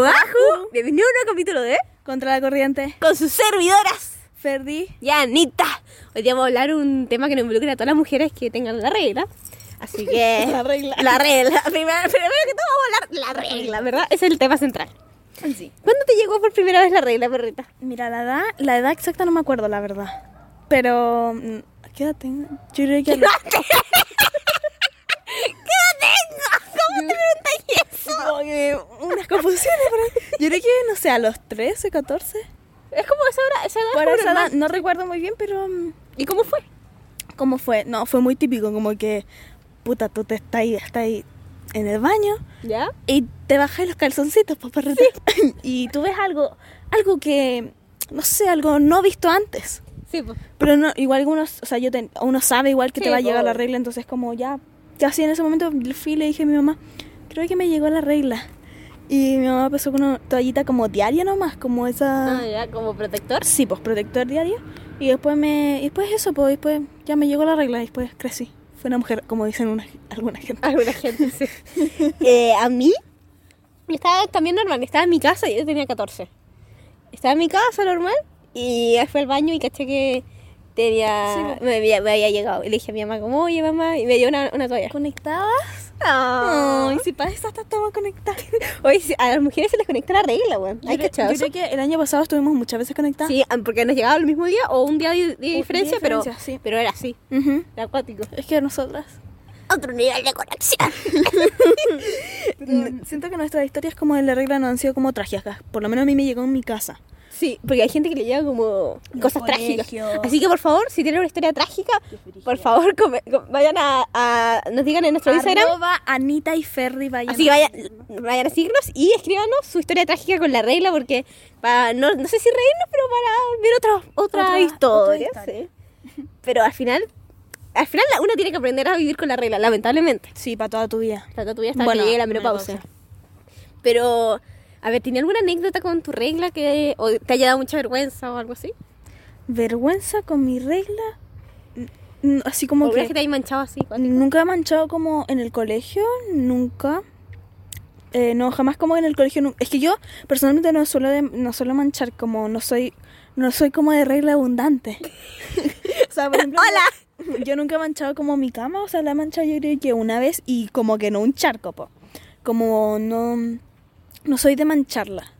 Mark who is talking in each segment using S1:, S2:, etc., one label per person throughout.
S1: Oahu. Bienvenido a un nuevo capítulo de
S2: Contra la corriente.
S1: Con sus servidoras.
S2: Ferdi.
S1: Y Anita. Hoy día vamos a hablar un tema que nos involucra a todas las mujeres que tengan la regla. Así que.
S2: La regla.
S1: La regla. Primero, primero que todo vamos a hablar la regla, Ah, ¿verdad? Ese es el tema central.
S2: Sí.
S1: ¿Cuándo te llegó por primera vez la regla, perrita?
S2: Mira, la edad, la edad exacta no me acuerdo, la verdad. Pero. mm, ¿Qué edad tengo? Yo creo que. a los-
S1: ¿Qué tengo? ¿Cómo te preguntas eso?
S2: como que unas confusiones, pero. Yo creo que, no sé, a los 13, 14.
S1: Es como esa hora. Esa edad
S2: Por
S1: como
S2: esa edad,
S1: normal.
S2: no recuerdo muy bien, pero. mm,
S1: ¿Y cómo fue?
S2: ¿Cómo fue? No, fue muy típico, como que. Puta, tú te estás ahí, estás ahí en el baño.
S1: ¿Ya?
S2: Y te bajas los calzoncitos, papá. y tú ves algo, algo que, no sé, algo no visto antes.
S1: Sí, pues.
S2: Pero no, igual algunos, o sea, yo ten- uno sabe igual que
S1: Sí,
S2: te va a llegar
S1: po.
S2: la regla, entonces como ya, casi en ese momento fui y le dije a mi mamá, creo que me llegó la regla. Y mi mamá empezó con una toallita como diaria nomás, como esa...
S1: Ah, ya, como protector.
S2: Sí, pues protector diario. Y después me... Y después eso, pues después ya me llegó la regla, y después crecí. Fue una mujer, como dicen una- alguna gente.
S1: Alguna gente, sí. Eh, a mí. Yo estaba también normal, estaba en mi casa y yo tenía 14. Estaba en mi casa normal y fue al baño y caché que tenía.
S2: Sí, po.
S1: me, había, me había llegado. Y le dije a mi mamá, como, oye mamá, y me dio una, una toalla.
S2: ¿Conectadas?
S1: Ay,
S2: Ay, si para eso estamos conectadas.
S1: Oye, sí, a las mujeres se les conecta la regla, weón.
S2: Yo
S1: ¿Hay
S2: creo-
S1: cachado
S2: yo creo
S1: eso?
S2: que el año pasado estuvimos muchas veces conectadas.
S1: Sí, ah, porque nos llegaba el mismo día o un día de, de
S2: día
S1: diferencia, pero,
S2: diferencia, sí.
S1: pero era así,
S2: Ujú.
S1: era acuático.
S2: Es que nosotras.
S1: Otro nivel de conexión.
S2: mm, Siento que nuestras historias como de la regla no han sido como trágicas. Por lo menos a mí me llegó en mi casa.
S1: Sí, porque hay gente que le lleva como
S2: Los
S1: cosas
S2: colegios.
S1: trágicas. Así que por favor, si tienen una historia trágica, por favor come- com- vayan a, a- nos digan en nuestro Instagram.
S2: Arroba Anita y Ferdi vayan.
S1: Así que vayan, vayan a seguirnos y escríbanos su historia trágica con la regla, porque para, no, no sé si reírnos, pero para ver otras otras
S2: Otra-
S1: historias.
S2: otra historia.
S1: sí. Pero al final, al final la- uno tiene que aprender a vivir con la regla, lamentablemente.
S2: Sí, para toda tu vida.
S1: La tatuilla hasta
S2: Bueno,
S1: que llegue la
S2: menopausia.
S1: menopausia. Pero, a ver, ¿tiene alguna anécdota con tu regla que o te haya dado mucha vergüenza o algo así?
S2: Vergüenza con mi regla. n- n- Así como
S1: ¿O una que te
S2: que
S1: hay manchado así? cuando-
S2: nunca he manchado como en el colegio, nunca. Eh, no, jamás como en el colegio. nu- Es que yo personalmente no suelo, de- no suelo manchar, como no soy, no soy como de regla abundante. o sea, por ejemplo, yo- Yo nunca he manchado como mi cama, o sea, la he manchado yo creo que una vez y como que no un charco, po. Como no, no soy de mancharla.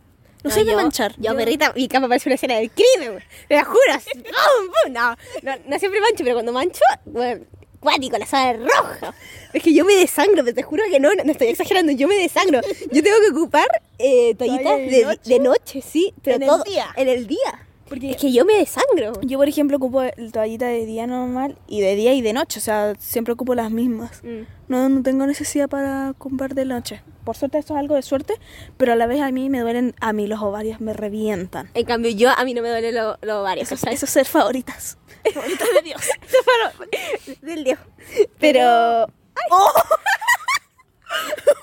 S2: No, soy de
S1: Ah, yo-
S2: manchar.
S1: Yo, perrita, mi cama parece una escena de crimen, güey. te lo juro. así, pum, pum. No, no, no siempre mancho, pero cuando mancho, bueno, cuático, la sala es roja. Es que yo me desangro, pero te juro que no, no, no estoy exagerando, yo me desangro. Yo tengo que ocupar eh, toallitas
S2: ¿Toalla
S1: de,
S2: de
S1: de noche?
S2: noche?
S1: sí, pero
S2: En el
S1: todo-
S2: día.
S1: En el día.
S2: Porque-
S1: Es que yo me desangro. güey.
S2: Yo, por ejemplo, ocupo el toallita de día normal y de día y de noche, o sea, siempre ocupo las mismas.
S1: Mm.
S2: No, no tengo necesidad para comprar de noche. Por suerte eso es algo de suerte, pero a la vez a mí me duelen, a mí los ovarios me revientan.
S1: En cambio, yo a mí no me duele lo, lo varios.
S2: Eso, eso es ser favoritas. Favoritas de Dios.
S1: del Dios. Pero. ¡Oh! ¡Ay!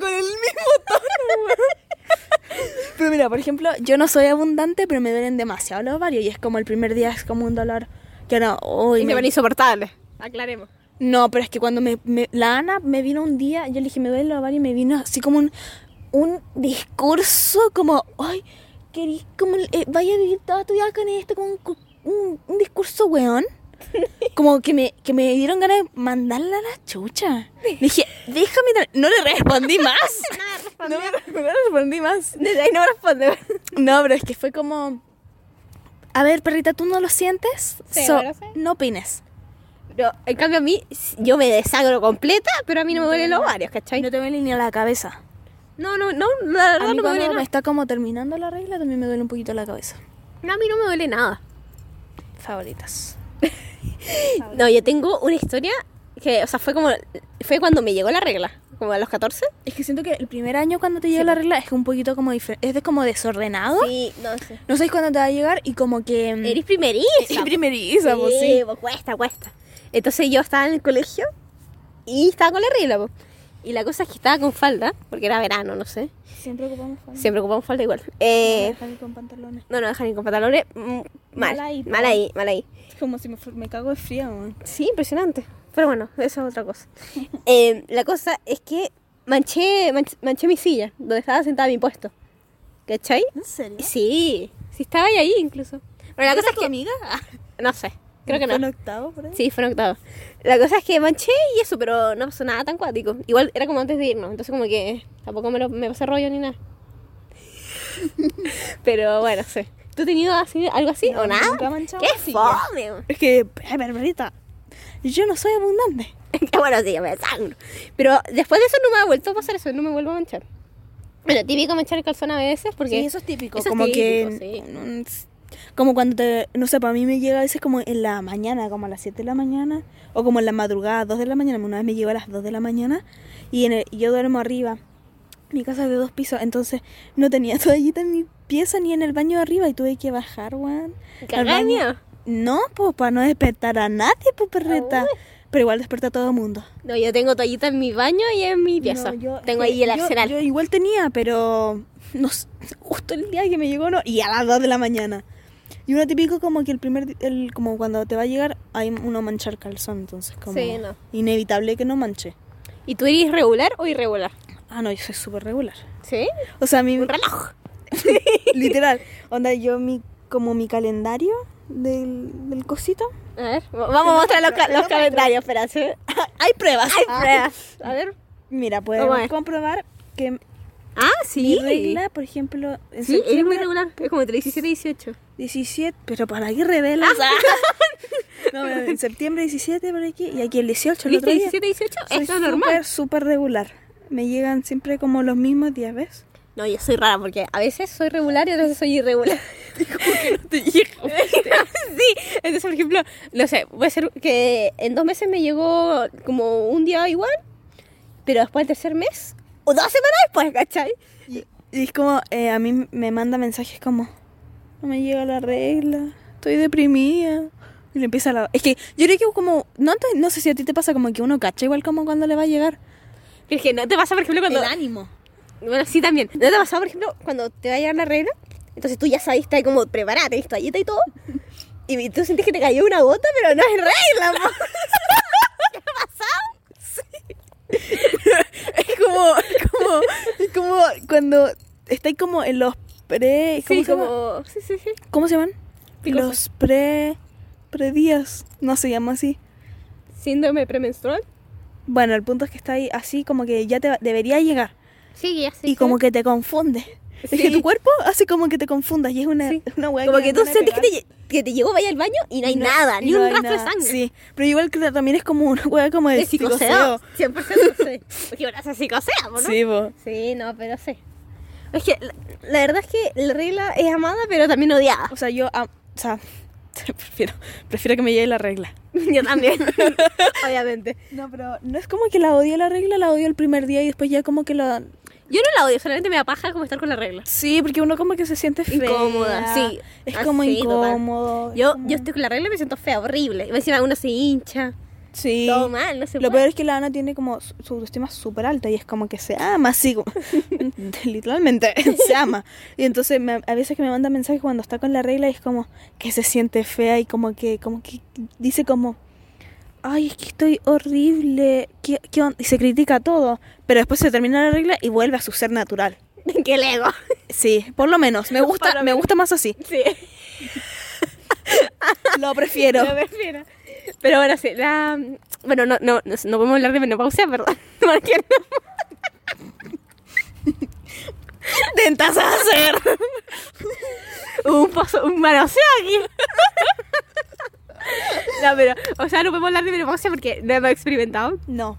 S1: con el mismo tono,
S2: Pero mira, por ejemplo, yo no soy abundante, pero me duelen demasiado los ovarios y es como el primer día, es como un dolor que no, uy,
S1: Y se
S2: me-
S1: van insoportables. Aclaremos.
S2: No, pero es que cuando me, me- la Ana me vino un día, yo le dije, me duele el ovario y me vino así como un, un discurso como, ay, querís como, el- eh, vaya a vivir toda tu vida con esto, con un, cu- un- un discurso weón. Como que me, que me dieron ganas de mandarla a la chucha. Le dije, déjame, tra- no le respondí más. No, me- no le respondí más.
S1: Desde ahí no responde.
S2: No, pero es que fue como, a ver, perrita, ¿tú no lo sientes?
S1: Sí, ahora sí.
S2: No opines.
S1: No, en cambio, a mí, yo me desagro completa, pero a mí no me duelen los ovarios, ¿cachai?
S2: No te ven ni a la cabeza.
S1: No, no, no, la
S2: A
S1: verdad
S2: mí
S1: no me duele
S2: cuando me
S1: nada.
S2: está como terminando la regla también me duele un poquito la cabeza.
S1: No, a mí no me duele nada.
S2: Favoritas.
S1: No, yo tengo una historia que, o sea, fue como. Fue cuando me llegó la regla, como a los 14.
S2: Es que siento que el primer año cuando te llega la regla es un poquito como diferente, es de como desordenado.
S1: Sí, no sé.
S2: No sabes cuándo te va a llegar y como que... mm,
S1: Eres primeriza.
S2: eres primeriza, pues, sí.
S1: pues, cuesta, cuesta. Entonces yo estaba en el colegio y estaba con la regla, pues. Y la cosa es que estaba con falda, porque era verano, no sé.
S2: Siempre ocupamos falda.
S1: Siempre ocupamos falda igual. Eh,
S2: Dejar con pantalones.
S1: no, no dejan ni con pantalones. mm, Mal,
S2: Mal ahí, po.
S1: mal ahí, mal ahí.
S2: Como si me, fu- me cago de frío, man.
S1: Sí, impresionante. Pero bueno, eso es otra cosa. Eh, la cosa es que manché, manch- manché mi silla, donde estaba sentada mi puesto. ¿Cachai?
S3: ¿En serio?
S1: Sí, sí estaba ahí incluso. Bueno, la cosa es
S3: tu
S1: que...
S3: amiga?
S1: No sé, creo que
S3: ¿Fue en
S1: no.
S3: octavo por ahí?
S1: Sí, fue en octavo. La cosa es que manché y eso, pero no pasó nada tan cuático. Igual era como antes de irnos, entonces como que tampoco me, lo, me pasé rollo ni nada. pero bueno, sé. ¿Tú has tenido así, algo así
S2: No,
S1: o nada?
S2: nunca he manchado
S1: ¡Qué
S2: la silla.
S1: fome!
S2: Es que, ay, Barbarita, yo no soy abundante.
S1: bueno, sí, yo me sangro. Pero después de eso no me ha vuelto a pasar eso, no me vuelvo a manchar. Bueno, típico manchar el calzón a veces porque...
S3: Sí, eso es típico.
S1: Eso es
S2: como
S1: típico,
S2: que.
S1: sí.
S2: mm, s- Como cuando te. No sé, para mí me llega a veces como en la mañana, como a las 7 de la mañana. O como en la madrugada, 2 de la mañana. Una vez me llegó a las 2 de la mañana. Y en el- yo duermo arriba. Mi casa es de dos pisos. Entonces no tenía toallita en mi pieza ni en el baño de arriba. Y tuve que bajar, weón. al
S1: ¿Cagada de
S2: baño.
S1: miedo?
S2: No, pues para no despertar a nadie, pues
S1: Ah,
S2: perreta. Pero igual desperta a todo el mundo.
S1: No, yo tengo toallita en mi baño y en mi pieza.
S2: No, yo-
S1: tengo
S2: es que
S1: ahí el
S2: yo-
S1: arsenal.
S2: Yo, igual tenía, pero no s- justo el día que me llegó no y a las 2 de la mañana. Y uno típico como que el primer di- el, como cuando te va a llegar hay uno manchar calzón, entonces como
S1: Sí, no.
S2: inevitable que no manche.
S1: ¿Y tú eres regular o irregular?
S2: Ah, no, yo soy súper regular.
S1: ¿Sí?
S2: O sea, mi
S1: Un reloj.
S2: literal, onda yo mi como mi calendario del, del cosito.
S1: A ver, va- vamos a mostrar los, ca- los calendarios, espera. ¿sí?
S2: hay pruebas.
S1: Hay pruebas. A ver.
S2: Mira,
S1: Vamos a
S2: podemos
S1: ver.
S2: comprobar que
S1: Ah, sí.
S2: mi regla, por ejemplo, en
S1: Sí, eres muy
S2: septiembre-
S1: regular. Es como entre 17 y 18.
S2: 17, pero para aquí
S1: Ah,
S2: revelas. no, pero en septiembre 17 por aquí y aquí el 18 el
S1: ¿Viste?
S2: otro día.
S1: 17 y 18.
S2: Soy
S1: Eso es normal.
S2: súper, súper regular. Me llegan siempre como los mismos días, ¿ves?
S1: No, yo soy rara porque a veces soy regular y a veces soy irregular.
S2: Te llega.
S1: sí, entonces por ejemplo, no sé, puede ser que en dos meses me llegó como un día igual, pero después del tercer mes, o dos semanas después, ¿cachai?
S2: Y, y es como, eh, a mí me manda mensajes como, no me llega la regla, estoy deprimida. Y le empieza la... Es que yo creo que como, no, te- no sé si a ti te pasa como que uno cacha igual como cuando le va a llegar.
S1: Pero es que no te pasa, por ejemplo, cuando...
S2: ánimo.
S1: Bueno, sí, también. ¿No te pasa, por ejemplo, cuando te va a llegar la regla? Entonces tú ya sabes, está ahí como preparada, tenés toallita y todo. Y tú sientes que te cayó una gota, pero no es regla, po.
S2: Es como, es como, es como cuando estáis como en los pre... ¿cómo
S1: Sí,
S2: se llama?
S1: como... Sí, sí, sí.
S2: ¿Cómo se llaman?
S1: ¿Qué cosa?
S2: Los pre predías. No se llama así.
S1: Síndrome premenstrual.
S2: Bueno, el punto es que está ahí así como que ya te va- debería llegar
S1: Sí, ya sé.
S2: y como que te confunde. Es que
S1: Sí.
S2: tu cuerpo hace como que te confundas y es una
S1: Sí.
S2: es una weá
S1: Como que
S2: te
S1: tú
S2: van a
S1: sentís que
S2: pegar.
S1: te, lle- que te llegó, vaya al baño y no hay
S2: Y no-
S1: nada,
S2: y
S1: ni
S2: no
S1: un
S2: hay
S1: rastro de
S2: nada.
S1: sangre.
S2: Sí, pero igual que también es como una weá como de,
S1: de psicoseo.
S2: psicoseo.
S1: 100% sí. Porque ahora se psicosea, ¿no?
S2: Sí, po.
S1: Sí, no, pero sí. Es que la, la verdad es que la regla es amada, pero también odiada.
S2: O sea, yo am- o sea, prefiero prefiero que me llegue la regla.
S1: Yo también. Obviamente.
S2: No, pero no es como que la odio la regla, la odio el primer día y después ya como que la
S1: Yo no la odio, solamente me apaja como estar con la regla.
S2: Sí, porque uno como que se siente fea.
S1: Incómoda, sí.
S2: Es
S1: Ah,
S2: como
S1: sí, total.
S2: incómodo. es
S1: Yo,
S2: como-
S1: yo estoy con la regla y me siento fea, horrible. Y encima uno se hincha.
S2: Sí.
S1: Todo mal, no se
S2: Lo
S1: puede.
S2: peor es que la Ana tiene como su su autoestima súper alta y es como que se ama así, como- literalmente, se ama. Y entonces me- a veces que me manda mensajes cuando está con la regla y es como que se siente fea y como que, como que dice como, ay, es que estoy horrible, ¿qué- qué on-?" y se critica todo, pero después se termina la regla y vuelve a su ser natural.
S1: que el ego.
S2: Sí, por lo menos, me
S1: Por
S2: gusta,
S1: lo
S2: me gusta más así,
S1: Sí,
S2: lo prefiero.
S1: lo prefiero. Pero bueno, sí, la... Bueno, no, no, no, no podemos hablar de menopausia, ¿verdad? Porque no.
S2: Tentas hacer.
S1: Hubo un pozo, un manoseo aquí. No, pero, o sea, no podemos hablar de menopausia porque no hemos experimentado.
S2: No,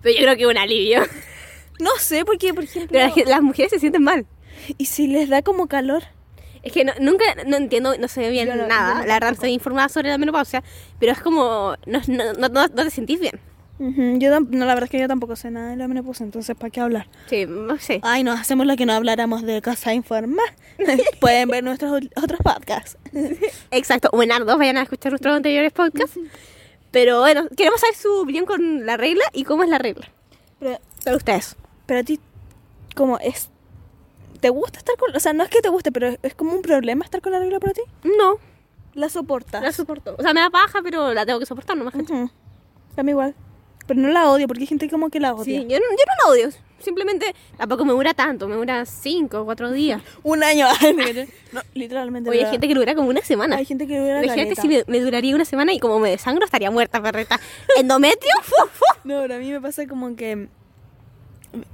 S1: Pero yo creo que es un alivio.
S2: no sé porque, por ejemplo,
S1: Pero la gen- las mujeres se sienten mal.
S2: y si les da como calor.
S1: Es que no- nunca, no entiendo, no sé bien
S2: Yo no-
S1: nada.
S2: yo no
S1: la verdad, no estoy informada sobre la menopausia, pero es como, no, no, no, no- no te sentís bien.
S2: Ujú, Yo tam- no, la verdad es que yo tampoco sé nada de la menopausia, entonces ¿para qué hablar?
S1: Sí, no sé.
S2: Ay, nos hacemos lo que no habláramos de Casa Informa. Pueden ver nuestros ol- otros podcasts.
S1: Exacto, o en Ardos, vayan a escuchar nuestros anteriores podcasts. Pero bueno, queremos saber su opinión con la regla y cómo es la regla.
S2: Pero,
S1: Para ustedes.
S2: pero a ti, como es... ¿Te gusta estar con...? O sea, no es que te guste, pero es- es como un problema estar con la regla para ti.
S1: No,
S2: La soportas.
S1: la soporto. O sea, me da paja, pero la tengo que soportar nomás.
S2: Ujú. A mí igual. Pero no la odio, porque hay gente como que la odia.
S1: Sí, yo no, yo no la odio. Simplemente tampoco me dura tanto, me dura cinco o cuatro días.
S2: Un año. no, literalmente.
S1: Oye,
S2: la-
S1: hay gente que le dura como una semana.
S2: Hay gente que dura la
S1: Imagínate
S2: neta.
S1: si me, me duraría una semana y como me desangro estaría muerta, perreta. Endometrio, fu, fu.
S2: No, pero a mí me pasa como que.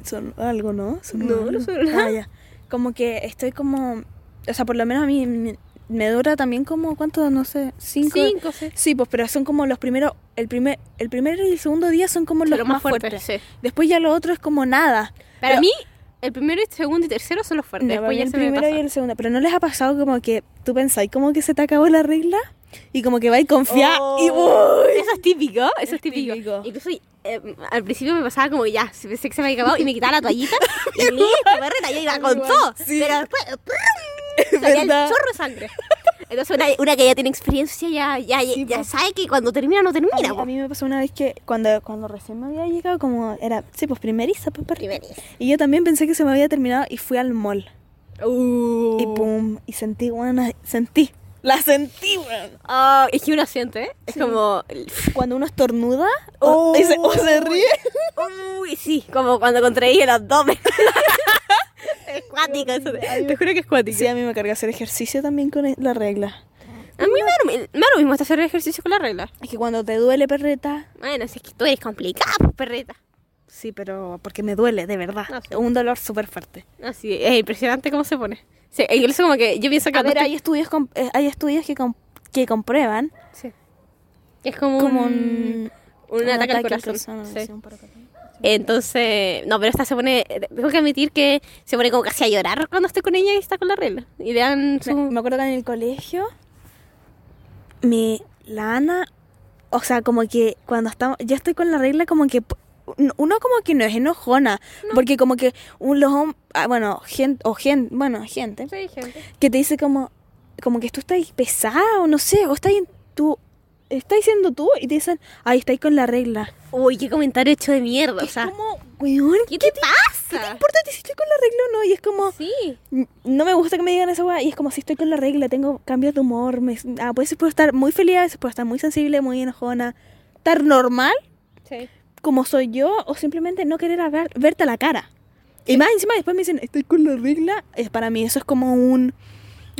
S2: Son algo, ¿no? Son
S1: No,
S2: algo.
S1: no son nada.
S2: Ah, ya. Como que estoy como. O sea, por lo menos a mí me- me dura también como, ¿cuánto? No sé, cinco.
S1: Cinco, sí.
S2: Sí, pues, pero son como los primeros. El primer, el primero y el segundo día son como
S1: Son
S2: los
S1: los
S2: más,
S1: más fuertes,
S2: fuertes.
S1: sí.
S2: Después ya lo otro es como nada.
S1: Para
S2: Pero-
S1: mí, el primero, el segundo y tercero son los fuertes.
S2: Ya, para
S1: Después
S2: mí
S1: ya
S2: el
S1: se me
S2: primero y
S1: pasa.
S2: el segundo. Pero ¿no les ha pasado como que tú pensáis como que se te acabó la regla? Y como que vais confiar y uy.
S1: Eso es típico, eso es,
S2: Oh. Es
S1: típico.
S2: típico.
S1: Incluso eh, al principio me pasaba como que ya, si pensé que se me había acabado y me quitaba la toallita y listo, perreta, yo iba con
S2: Igual,
S1: todo.
S2: sí.
S1: Pero después, ¡prum! salía el
S2: verdad.
S1: chorro de sangre. Entonces una, una que ya tiene experiencia ya, ya,
S2: Sí,
S1: ya
S2: po.
S1: sabe que cuando termina no
S2: A mí,
S1: termina.
S2: a
S1: po.
S2: mí me pasó una vez que cuando, cuando recién me había llegado, como era, sí, pues primeriza, pues perro.
S1: Primeriza.
S2: Y yo también pensé que se me había terminado y fui al mall.
S1: Uh.
S2: Y pum, y sentí, bueno, sentí. La sentí, weón.
S1: Ah, es que uno siente, ¿eh? es como... oh,
S2: Cuando uno estornuda o, Oh, y se, o se ríe.
S1: Uy, sí, como cuando contraí el abdomen. es cuático eso. Te juro que es cuático.
S2: Sí, a mí me carga hacer ejercicio también con la regla.
S1: A mí me da, lo mi- me da lo mismo hasta hacer ejercicio con la regla.
S2: Es que cuando te duele, perreta,
S1: Bueno, si es que tú eres complicada, pues, perreta.
S2: Sí, pero porque me duele, de verdad.
S1: No sé.
S2: Un dolor súper fuerte.
S1: No, sí, es impresionante cómo se pone. Sí, e incluso como que yo pienso que...
S2: A ver,
S1: cuando
S2: hay estudios, com- eh, hay estudios que, com- que comprueban
S1: estoy- sí. Es como,
S2: como
S1: un,
S2: un,
S1: un ataque, al corazón. sí.
S2: sí, un parapléjico.
S1: Entonces, no, pero esta se pone, tengo que admitir que se pone como casi a llorar cuando estoy con ella y está con la regla. Y le dan su...
S2: Me, me acuerdo que en el colegio, mi, la Ana, o sea, como que cuando estamos, yo estoy con la regla como que, p- un- uno como que no es enojona, porque como que un, los hom- ah, bueno, gente, o gente, bueno, gente,
S1: Sí, gente.
S2: que te dice como como que tú estás pesada o no sé, o estás en tú estás siendo tú y te dicen, "Ay, estáis con la regla."
S1: Uy, qué comentario hecho de mierda, o
S2: es
S1: sea...
S2: como, "Weón,
S1: ¿Qué te pasa?
S2: no importa si estoy con la regla o no?" Y es como
S1: Sí.
S2: "N- no me gusta que me digan esa weá. Y es como si estoy con la regla, tengo cambios de humor. Me, a veces puedo estar muy feliz, a veces puedo estar muy sensible, muy enojona. Estar normal,
S1: Sí.
S2: como soy yo, o simplemente no querer hablar- verte a la cara. Y más encima después me dicen, estoy con la regla. Es, para mí eso es como un,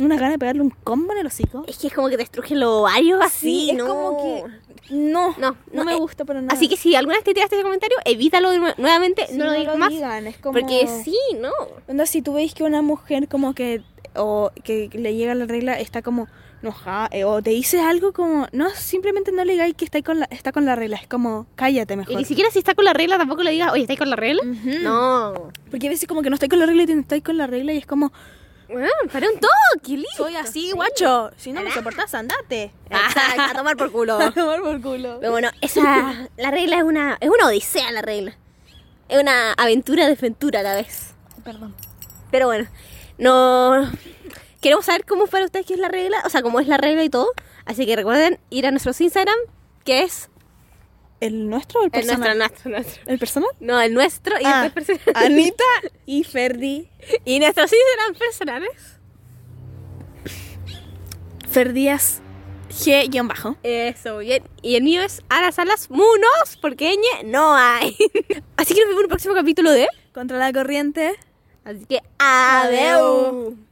S2: una gana de pegarle un combo en el hocico.
S1: Es que es como que te estrujen los ovarios así,
S2: Sí, es
S1: ¿no?
S2: como que no,
S1: No,
S2: no,
S1: no,
S2: me
S1: eh,
S2: gusta pero nada.
S1: Así que si alguna vez te tiraste ese comentario, evítalo de nue- nuevamente,
S2: Sí,
S1: no lo digas más.
S2: digan, es como
S1: Porque sí, no.
S2: onda, si tú veis que una mujer como que o que le llega la regla está como enojada eh, o te dice algo como no, simplemente no le digáis que está con la está con la regla, es como cállate
S1: Y
S2: mejor.
S1: ni siquiera si está con la regla, tampoco le digas, oye, ¿estáis con la regla?
S2: Ujú.
S1: No.
S2: Porque a veces como que no estoy con la regla y te- estoy con la regla y es como
S1: Bueno, para un toque, listo.
S2: soy así, guacho, si no me soportas andate.
S1: Ah, a tomar por culo. Ah.
S2: A tomar por culo.
S1: Pero bueno, esa, la regla es una, es una odisea, la regla. Es una aventura desventura a la vez.
S2: Perdón.
S1: Pero bueno, no. Queremos saber cómo para ustedes qué es la regla, o sea, cómo es la regla y todo. Así que recuerden ir a nuestros Instagram, que es
S2: ¿El nuestro o el
S1: el nuestro,
S2: personal?
S1: el nuestro, el nuestro.
S2: ¿El personal?
S1: No, el nuestro y
S2: Ah,
S1: después personal.
S2: Anita y Ferdi.
S1: Y nuestros Instagram personales.
S2: Ferdías G guión bajo.
S1: Eso, muy bien. Y el mío es a las alas munos, porque ñ no hay. Así que nos vemos en el próximo capítulo de.
S2: Contra la corriente.
S1: Así que, adeu.